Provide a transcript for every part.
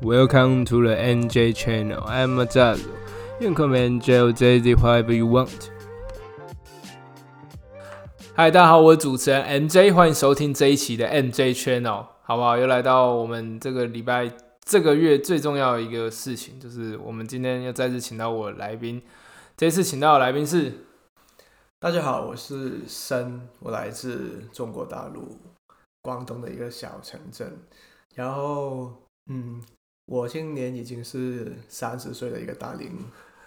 Welcome to the NJ Channel. I'm Azaz. You can call me NJ or JZ whatever you want. 嗨，大家好，我是主持人 NJ，欢迎收听这一期的 NJ Channel，好不好？又来到我们这个礼拜、这个月最重要的一个事情，就是我们今天又再次请到我的来宾。这次请到的来宾是大家好，我是申，我来自中国大陆广东的一个小城镇。然后，嗯，我今年已经是三十岁的一个大龄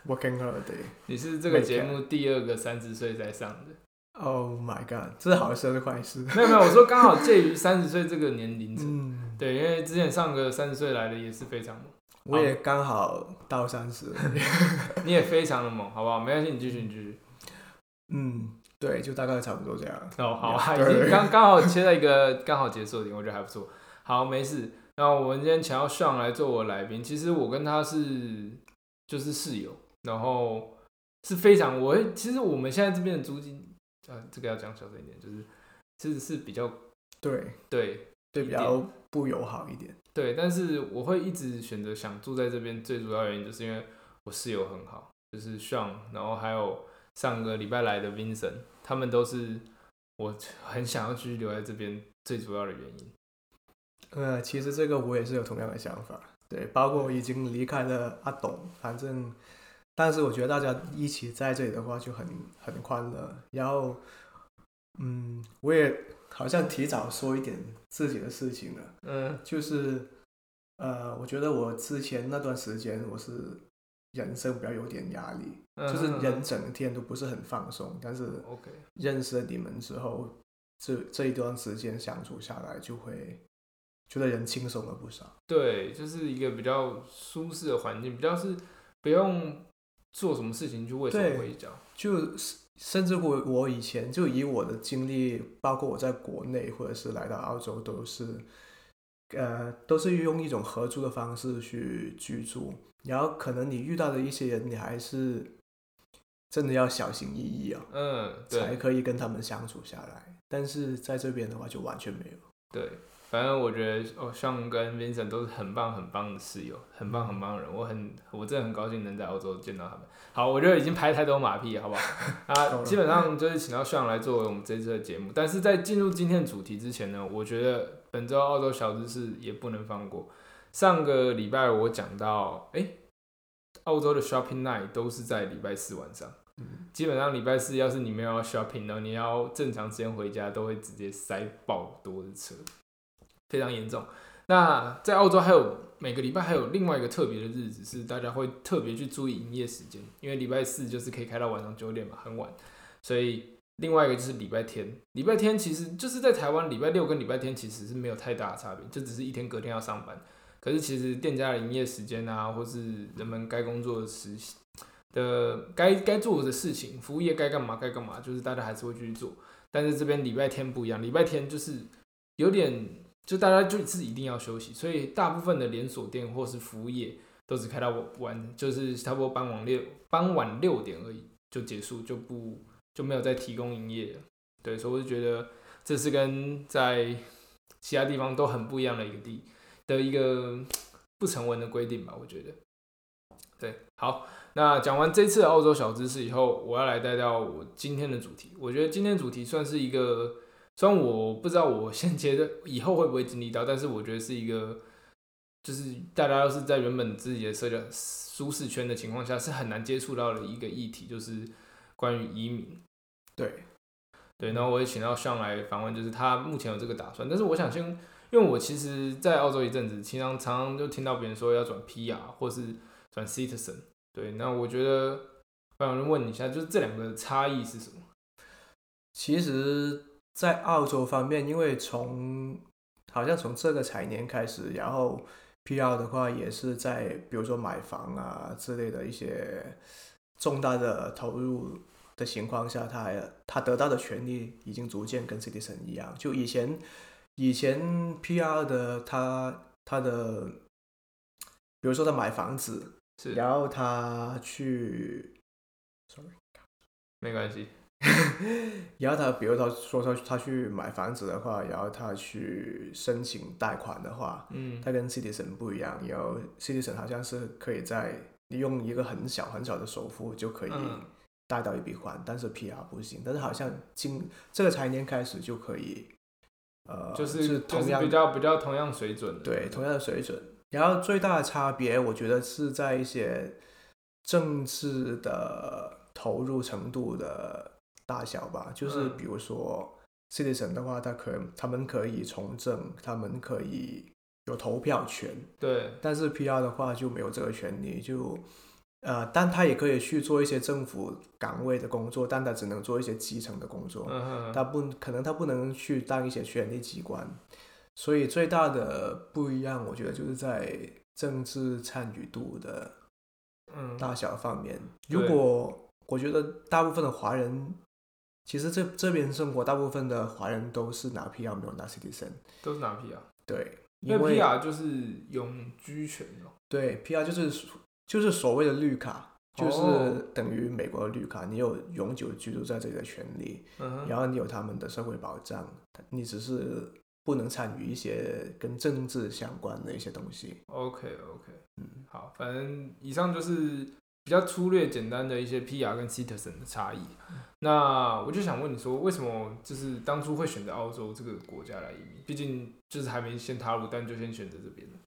working holiday。你是这个节 Mike 目第二个三十岁才上的， Oh my god，这是好事还是坏事？ 没有没有，我说刚好介于三十岁这个年龄层。嗯，对，因为之前上个三十岁来的也是非常猛，我也刚好到三十。 你也非常的猛，好不好？没关系，你继续，你继续。嗯，对，就大概差不多这样。哦，好啊，已对经刚刚好切到一个刚好结束的点，我觉得还不错。好，没事。然后我们今天请到上来做我来宾，其实我跟他是就是室友，然后是非常我会其实我们现在这边的租金，呃，这个要讲小声一点，就是其实是比较对，对对，比较不友好一点。对，但是我会一直选择想住在这边，最主要原因就是因为我室友很好，就是像，然后还有上个礼拜来的 Vincent，他们都是我很想要继续留在这边最主要的原因。呃，其实这个我也是有同样的想法，对，包括我已经离开了阿董，反正，但是我觉得大家一起在这里的话就很很欢乐。然后，嗯，我也好像提早说一点自己的事情了，嗯就是，呃，我觉得我之前那段时间我是人生比较有点压力，嗯，就是嗯人整天都不是很放松，但是 OK，认识了你们之后，这这一段时间相处下来，就会觉得人轻松了不少。对，就是一个比较舒适的环境，比较是不用做什么事情去畏手对畏脚。就是甚至我我以前就以我的经历，包括我在国内或者是来到澳洲，都是呃都是用一种合租的方式去居住，然后可能你遇到的一些人，你还是真的要小心翼翼啊、嗯，对。才可以跟他们相处下来。但是在这边的话，就完全没有。对，反正我觉得哦，像跟 Vincent 都是很棒很棒的室友，很棒很棒的人，我很我真的很高兴能在澳洲见到他们。好，我觉得已经拍太多马屁了，好 不好？够啊，了基本上就是请到向来作为我们这次的节目，但是在进入今天的主题之前呢，我觉得本周澳洲小知识也不能放过。上个礼拜我讲到，哎、澳洲的 shopping night 都是在礼拜四晚上。嗯，基本上礼拜四，要是你没有要 shopping 然后你要正常时间回家，都会直接塞爆多的车，非常严重。那在澳洲还有每个礼拜还有另外一个特别的日子，是大家会特别去注意营业时间，因为礼拜四就是可以开到晚上九点嘛，很晚。所以另外一个就是礼拜天，礼拜天其实就是在台湾礼拜六跟礼拜天其实是没有太大的差别，就只是一天隔天要上班。可是其实店家的营业时间啊，或是人们该工作的时的该该做的事情，服务业该干嘛该干嘛，就是大家还是会去做。但是这边礼拜天不一样，礼拜天就是有点，就大家就是一定要休息，所以大部分的连锁店或是服务业都只开到晚，就是差不多傍晚六傍晚六点而已就结束，就不就没有再提供营业了。对，所以我就觉得这是跟在其他地方都很不一样的一个地的一个不成文的规定吧，我觉得。对，好，那讲完这次的澳洲小知识以后，我要来带到我今天的主题。我觉得今天主题算是一个，虽然我不知道我现阶段以后会不会经历到，但是我觉得是一个，就是大家要是在原本自己的社交舒适圈的情况下，是很难接触到的一个议题，就是关于移民。对，对，然后我也请到上来访问，就是他目前有这个打算，但是我想先，因为我其实，在澳洲一阵子，经常常常就听到别人说要转 PR 或是转 citizen，对，那我觉得我想问你一下，就是这两个差异是什么？其实，在澳洲方面，因为从好像从这个财年开始，然后 PR 的话也是在比如说买房啊之类的一些重大的投入的情况下，他还他得到的权利已经逐渐跟 citizen 一样。就以前以前 PR 的他他的，比如说他买房子，是然后他去，sorry，没关系，然后他比如他说他他去买房子的话，然后他去申请贷款的话，嗯，它跟 Citizen 不一样，然后 Citizen 好像是可以在你用一个很小很小的首付就可以嗯贷到一笔款，但是 PR 不行，但是好像今这个财年开始就可以，呃，就是同样就是比较比较同样水准的，对同样的水准。然后最大的差别，我觉得是在一些政治的投入程度的大小吧，就是嗯比如说 Citizen 的话，他可他们可以从政，他们可以有投票权。对，但是 PR 的话就没有这个权利，就呃，但他也可以去做一些政府岗位的工作，但他只能做一些基层的工作，嗯哼，他不可能他不能去当一些权力机关，所以最大的不一样，我觉得就是在政治参与度的嗯，大小方面。对如果我觉得大部分的华人，其实这这边生活大部分的华人都是拿 PR 没有拿 citizen，都是拿啊 PR，对，因因为为 PR 就是永居权哦，对，PR 就是就是所谓的绿卡，就哦是等于美国的绿卡，你有永久居住在这里的权利，嗯然哼，后你有他们的社会保障，你只是不能参与一些跟政治相关的一些东西。 ，OK OK，嗯，好，反正以上就是比较粗略简单的一些 PR 跟 Citizen 的差异。啊那我就想问你说，为什么就是当初会选择澳洲这个国家来移民？毕竟就是还没先踏入，但就先选择这边了。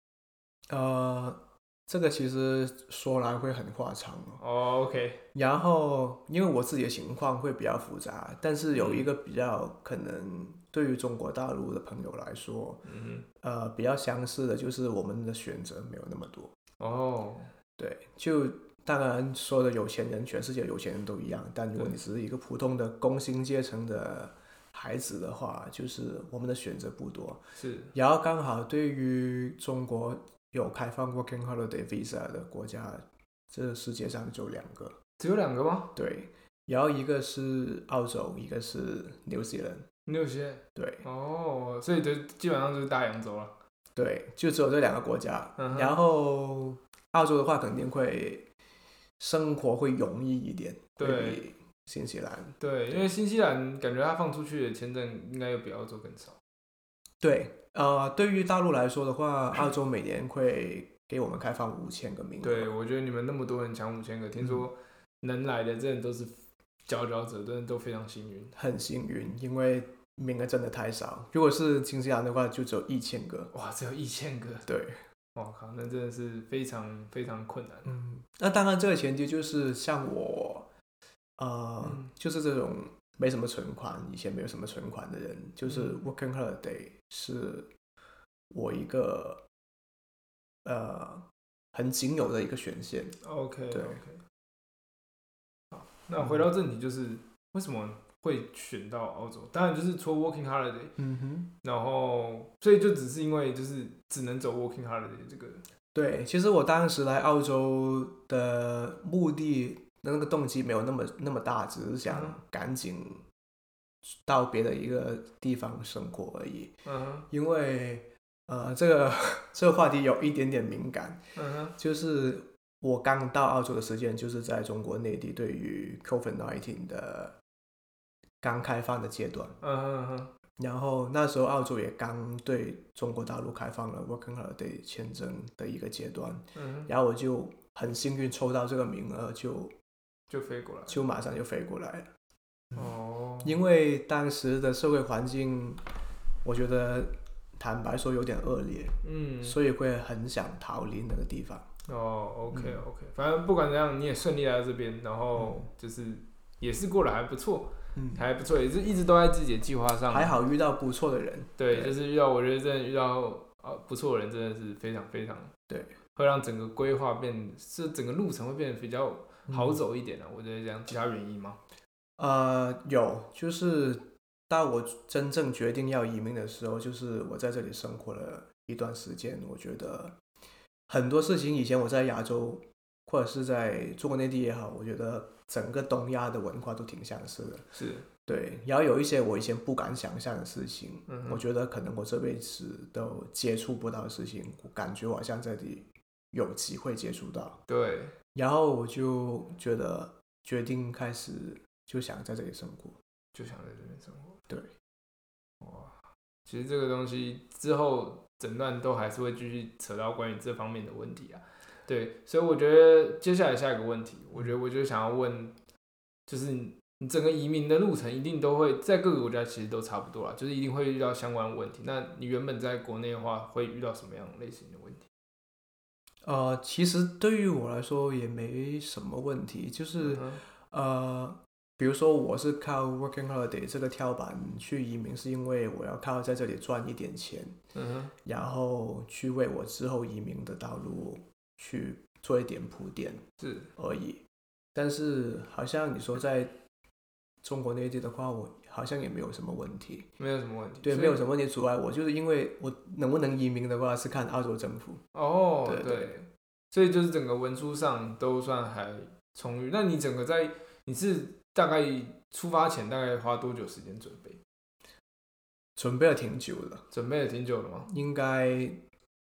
呃，这个其实说来会很话长哦。哦，OK，然后，因为我自己的情况会比较复杂，但是有一个比较可能对于中国大陆的朋友来说，嗯呃，比较相似的就是我们的选择没有那么多。哼，哦，对，就当然说的有钱人，全世界有钱人都一样。但如果对你只是一个普通的工薪阶层的孩子的话，就是我们的选择不多。是，然后刚好对于中国有开放 Working Holiday Visa 的国家，这世界上就两个，只有两个吗？对。然后一个是澳洲，一个是 New Zealand，你有些对哦，所以就基本上就是大洋洲了。对，就只有这两个国家。嗯哼然后澳洲的话，肯定会生活会容易一点，会对比新西兰。对，因为新西兰感觉它放出去的签证应该又比澳洲更少。对，呃，对于大陆来说的话，澳洲每年会给我们开放五千个名额。对，我觉得你们那么多人抢五千个，听说能来的真的都是佼佼者，真的都非常幸运。很幸运，因为名额真的太少。如果是新西兰的话，就只有一千个。哇，只有一千个，对，我靠，那真的是非常非常困难。嗯，那当然这个前提就是像我，呃，嗯就是这种没什么存款，以前没有什么存款的人，就是嗯 working holiday 是我一个呃很仅有的一个选项。 OK 对 OK，好，那回到正题，就是、为什么会选到澳洲？当然就是除了 Working Holiday，嗯哼。然后所以就只是因为就是只能走 Working Holiday 这个对，其实我当时来澳洲的目的，那个动机没有那么那么大，只是想嗯赶紧到别的一个地方生活而已。嗯因为呃，这个 这个话题有一点点敏感，哼，嗯就是我刚到澳洲的时间，就是在中国内地对于 COVID 1 9的刚开放的阶段，哼，嗯哼嗯哼，然后那时候澳洲也刚对中国大陆开放了 Working Holiday 签证的一个阶段。嗯哼，然后我就很幸运抽到这个名额，就就飞过来了。就马上就飞过来了。哦，因为当时的社会环境，我觉得坦白说有点恶劣，嗯，所以会很想逃离那个地方。哦，OK 嗯 OK，反正不管怎样，你也顺利来到这边，然后嗯就是也是过得还不错，嗯，还不错，也是一直都在自己的计划上。还，好遇到不错的人。对，对就是遇到我觉得真的遇到呃不错的人，真的是非常非常对，会让整个规划变，是整个路程会变得比较嗯好走一点啊的、我觉得这样，其他原因吗？呃，有就是到我真正决定要移民的时候，就是我在这里生活了一段时间，我觉得很多事情以前我在亚洲或者是在中国内地也好，我觉得整个东亚的文化都挺相似的。是，对，然后有一些我以前不敢想象的事情，嗯哼，我觉得可能我这辈子都接触不到的事情，我感觉我好像这里有机会接触到。对，然后我就觉得决定开始就想在这里生活。就想在这边生活。对，哇，其实这个东西之后诊断都还是会继续扯到关于这方面的问题啊。对，所以我觉得接下来下一个问题，我觉得我就想要问，就是你整个移民的路程一定都会在各个国家其实都差不多啦，就是一定会遇到相关的问题。那你原本在国内的话，会遇到什么样类型的问题？呃，其实对于我来说也没什么问题，就是嗯哼呃，比如说我是靠 working holiday 这个跳板去移民，是因为我要靠在这里赚一点钱，嗯哼，然后去为我之后移民的道路去做一点铺垫是而已。但是好像你说在中国内地的话，我好像也没有什么问题，没有什么问题。对，所以没有什么问题阻碍我，就是因为我能不能移民的话是看澳洲政府。哦，对对所以就是整个文书上都算还充裕。那你整个在你是大概出发前大概花多久时间准备？准备了挺久的，准备了挺久了吗？应该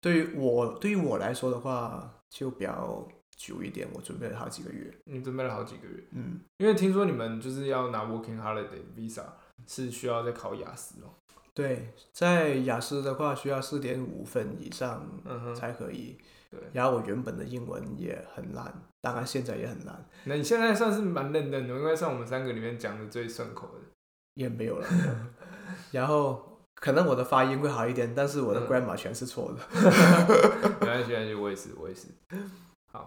对于我对于我来说的话，就比较久一点，我准备了好几个月。你准备了好几个月，嗯，因为听说你们就是要拿 Working Holiday Visa 是需要再考雅思哦。对，在雅思的话需要四点五分以上嗯哼，才可以。对。然后我原本的英文也很烂，当然现在也很烂，那你现在算是蛮认真的，应该算我们三个里面讲的最顺口的。也没有了。 然后可能我的发音会好一点，但是我的嗯 grammar 全是错的。没关系，没关系，我也是，我也是。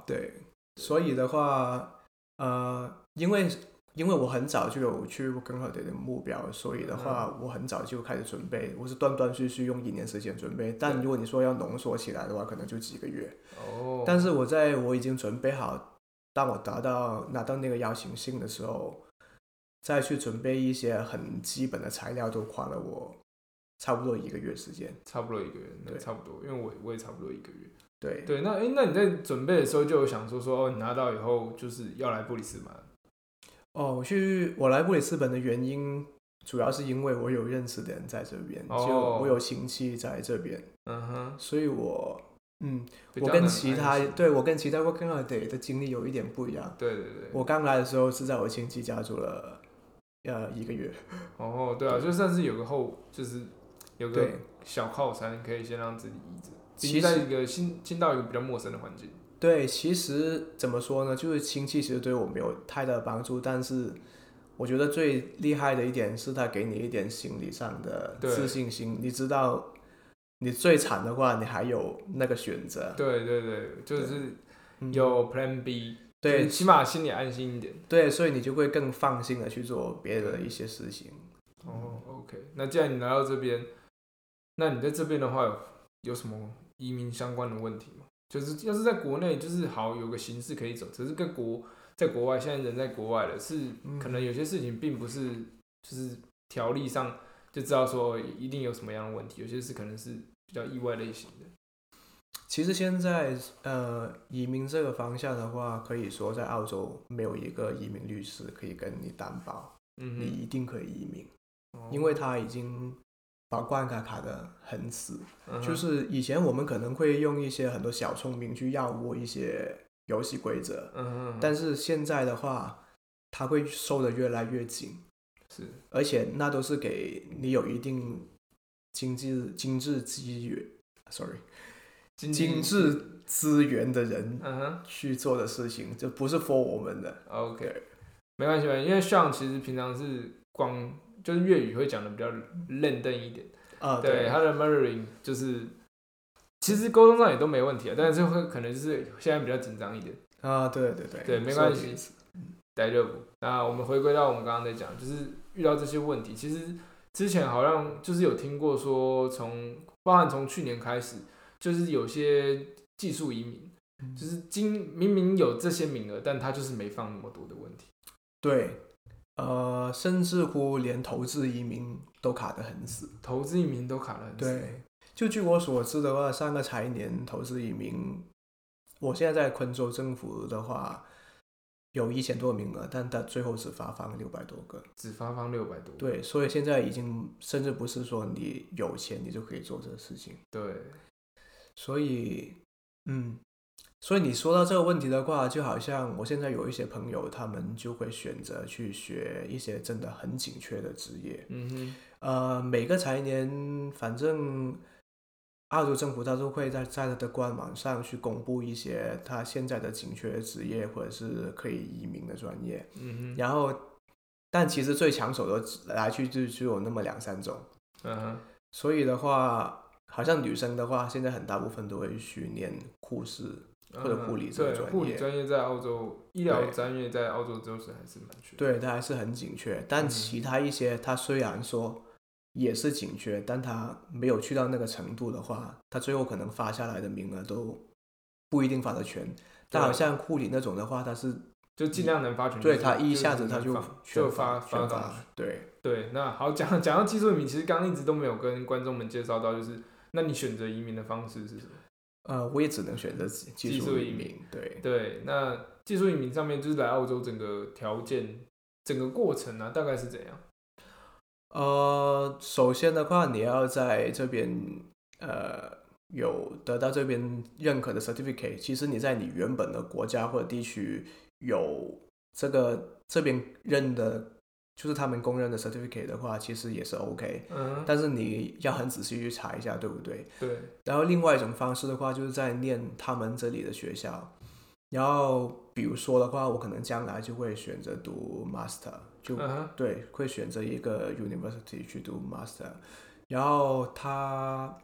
对，所以的话，呃，因为因为我很早就有去 working holiday 的目标，所以的话，嗯我很早就开始准备，我是断断续续用一年时间准备。但如果你说要浓缩起来的话，可能就几个月。哦，但是我在我已经准备好，当我达到拿到那个邀请信的时候，再去准备一些很基本的材料，都花了我差不多一个月时间。差不多一个月，那对差不多，因为我我也差不多一个月。对，对，那哎、诶那你在准备的时候就有想说说哦，你拿到以后就是要来布里斯班哦，我去我来布里斯本的原因，主要是因为我有认识的人在这边，哦就我有亲戚在这边，嗯哼，所以我嗯，比我较跟能其安他心对我跟其他 working holiday 的经历有一点不一样。对对对，我刚来的时候是在我亲戚家住了呃一个月，哦对啊，就算是有个后，就是有个对小靠山，可以先让自己移着，毕其竟在实一个新进到一个比较陌生的环境，对，其实怎么说呢，就是亲戚其实对我没有太大的帮助，但是。我觉得最厉害的一点是他给你一点心理上的对自信心，你知道，你最惨的话，你还有那个选择，对对对，就是嗯有 Plan B，就是对起码心里安心一点。对，所以你就会更放心的去做别的一些事情。哦，OK，那既然你来到这边，那你在这边的话有有什么移民相关的问题吗？就是要是在国内，就是好有个形式可以走，只是跟国在国外，现在人在国外了，是嗯可能有些事情并不是就是条例上就知道说一定有什么样的问题，有些是可能是比较意外类型的。其实现在呃，移民这个方向的话，可以说在澳洲没有一个移民律师可以跟你担保，你嗯哦一定可以移民，哼，因为他已经把关卡卡的很死。哦就是以前我们可能会用一些很多小聪明去绕过一些游戏规则，嗯哼嗯哼，但是现在的话，他会收的越来越紧。是而且那都是给你有一定经济经济资源，sorry，经经济，济资源的人嗯哼。去做的事情，就不是 for 我们的。 OK，对没关系，没关系，因为像其实平常是广，就是粤语会讲的比较认真一点，啊，对，他的 murdering 就是其实沟通上也都没问题啊，但是会可能就是现在比较紧张一点，啊，对对对，对没是我关的系意思。待热不？那我们回归到我们刚刚在讲，就是遇到这些问题，其实之前好像就是有听过说从包含从去年开始，就是有些技术移民，嗯就是今明明有这些名额，但他就是没放那么多的问题。对，呃，甚至乎连投资移民都卡得很死。投资移民都卡了很死，对，就据我所知的话，上个财年投资移民，我现在在昆州政府的话。有一千多个名额，但他最后只发放六百多个。只发放六百多，对，所以现在已经甚至不是说你有钱你就可以做这个事情，对，所以，嗯，所以你说到这个问题的话，就好像我现在有一些朋友，他们就会选择去学一些真的很紧缺的职业。嗯哼，呃，每个财年，反正澳洲政府它都会在在它的官网上去公布一些它现在的紧缺职业或者是可以移民的专业。嗯哼，然后，但其实最抢手的来去就只有那么两三种。嗯哼，所以的话，好像女生的话，现在很大部分都会去念护士。嗯或者护理这个嗯对专护理业专业在澳洲，医疗对专业在澳洲就是还是蛮缺。，对，它还是很紧缺。但嗯其他一些，它虽然说也是紧缺，但它没有去到那个程度的话，它最后可能发下来的名额都不一定发得全。但好像库里那种的话，它是就尽量能发全。嗯对就它一就下子能它就放全就发全上发去。，对对，那好讲讲到技术移民，其实刚刚一直都没有跟观众们介绍到，就是那你选择移民的方式是什么？呃，我也只能选择技技技术术移移民，对对，那技术移民上面就是来澳洲整个条件、整个过程啊，大概是怎样？呃，首先的话，你要在这边呃有得到这边认可的 certificate。其实你在你原本的国家或者地区有这个这边认的，就是他们公认的 certificate 的话，其实也是 OK。嗯，但是你要很仔细去查一下，对不对？对，然后另外一种方式的话，就是在念他们这里的学校。然后比如说的话，我可能将来就会选择读 master，就嗯哼，对，会选择一个 university 去读 master，然后它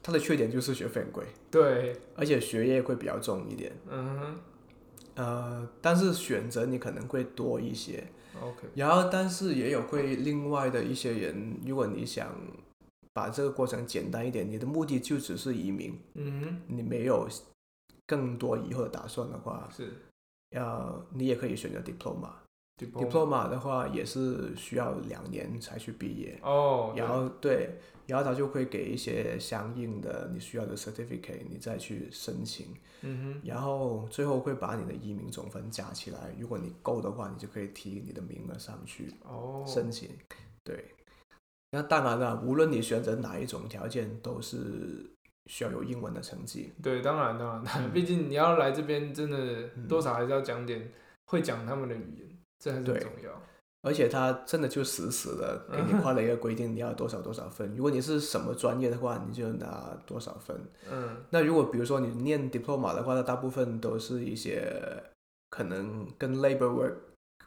它的缺点就是学费很贵，对，而且学业会比较重一点。嗯哼呃，但是选择你可能会多一些， ，OK，然后但是也有会另外的一些人，如果你想把这个过程简单一点，你的目的就只是移民，嗯你没有更多以后的打算的话哼，，是呃，你也可以选择 diploma。 diploma diploma 的话也是需要两年才去毕业，哦，对然后对，然后他就会给一些相应的你需要的 certificate，你再去申请，嗯然后最后会把你的移民总分加起来，如果你够的话，你就可以提你的名额上去哼，哦，申请。对，那当然了，无论你选择哪一种条件，都是需要有英文的成绩。对，当然当然，嗯毕竟你要来这边，真的嗯多少还是要讲点会讲他们的语言，这还是很对重要。而且他真的就死死的给 你画了一个规定，你要多少多少分。如果你是什么专业的话，你就拿多少分。嗯，那如果比如说你念 diploma 的话，那大部分都是一些可能跟 labor work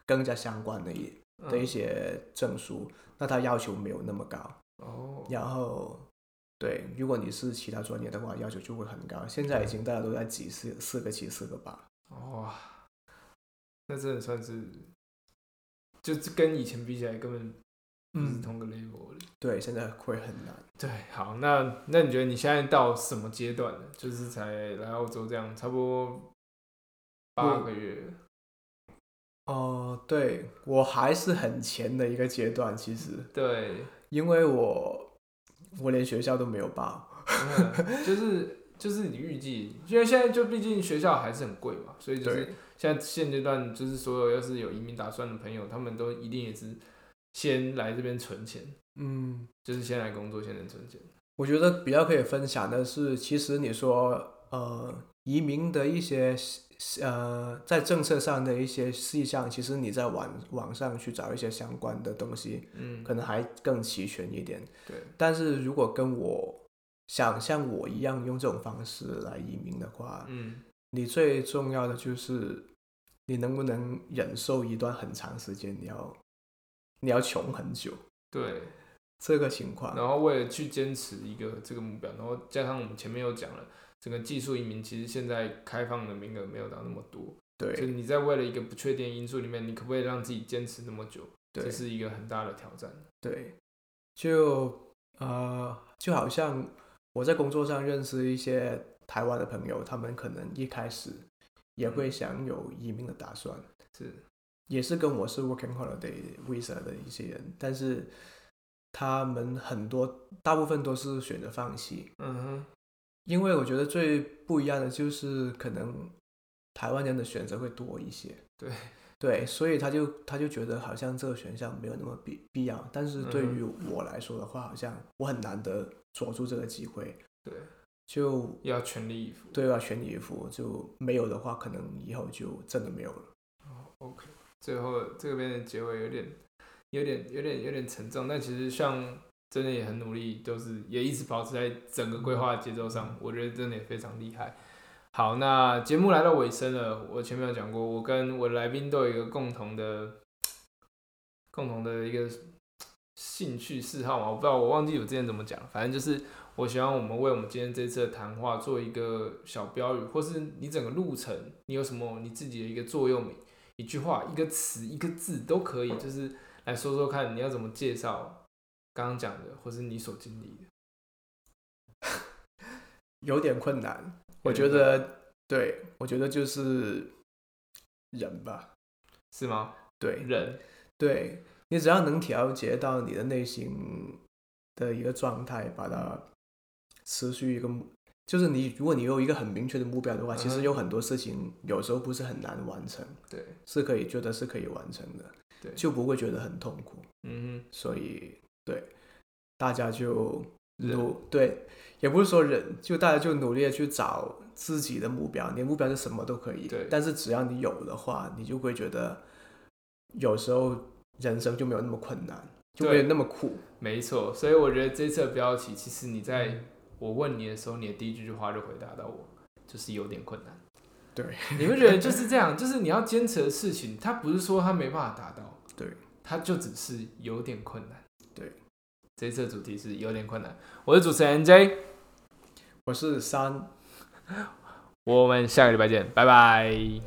更加相关的一的一嗯些证书，那它要求没有那么高。哦，然后，对，如果你是其他专业的话，要求就会很高。现在已经大家都在挤四四个七四个八，哇，那真的算是，就是跟以前比起来，根本不是嗯，同个 level 的。对，现在会很难。对，好，那那你觉得你现在到什么阶段了？就是才来澳洲这样，差不多八我个月。哦、对我还是很前的一个阶段，其实，对，嗯因为我我连学校都没有报，嗯就是就是你预计，因为现在就毕竟学校还是很贵嘛，所以就是对，现在现阶段就是所有要是有移民打算的朋友，他们都一定也是先来这边存钱，嗯。就是先来工作，先能存钱。我觉得比较可以分享的是，其实你说呃移民的一些呃在政策上的一些细项，其实你在网网上去找一些相关的东西，嗯，可能还更齐全一点。对，但是如果跟我想像我一样用这种方式来移民的话，嗯，你最重要的就是你能不能忍受一段很长时间，你要你要穷很久对。这个情况。然后为了去坚持一个这个目标，然后加上我们前面有讲了，整个技术移民其实现在开放的名额没有到那么多，对就是你在为了一个不确定因素里面，你可不可以让自己坚持那么久，对这是一个很大的挑战。对，就呃，就好像我在工作上认识一些台湾的朋友，他们可能一开始也会想有移民的打算，是，也是跟我是 working holiday visa 的一些人，但是他们很多大部分都是选择放弃，嗯因为我觉得最不一样的就是可能台湾人的选择会多一些。对 对，所以他就他就觉得好像这个选项没有那么必必要，嗯但是对于我来说的话，好像我很难得抓住这个机会，对，就要全力以赴。对啊吧？全力以赴，就没有的话，可能以后就真的没有了。 OK，最后这边的结尾有点、有点、有点、有点沉重，但其实像真的也很努力，就是也一直保持在整个规划的节奏上，我觉得真的也非常厉害。好，那节目来到尾声了，我前面有讲过，我跟我的来宾都有一个共同的、共同的一个兴趣嗜好嘛，我不知道我忘记我之前怎么讲，反正就是我希望我们为我们今天这次的谈话做一个小标语，或是你整个路程你有什么你自己的一个座右铭。一句话、一个词、一个字都可以，就是来说说看你要怎么介绍刚刚讲的，或是你所经历的。有点困难，我有点困觉得，对我觉得就是人吧，是吗？对人，对，你只要能调节到你的内心的一个状态，把它持续一个目，就是你如果你有一个很明确的目标的话，其嗯实哼有很多事情有时候不是很难完成，对，是可以觉得是可以完成的，对就不会觉得很痛苦，嗯所以对大家就哼，人，努对，也不是说忍，就大家就努力的去找自己的目标，你的目标是什么都可以，对但是只要你有的话，你就会觉得有时候人生就没有那么困难，就没有对那么苦。没错。所以我觉得这次的标题，其实你在嗯我问你的时候，你的第一句话就回答到我，就是有点困难。对， 你不觉得就是这样？就是你要坚持的事情，它不是说它没办法达到， 对，它就只是有点困难。对，这次的主题是有点困难。我是主持人 J。我是三，我们下个礼拜见，拜拜。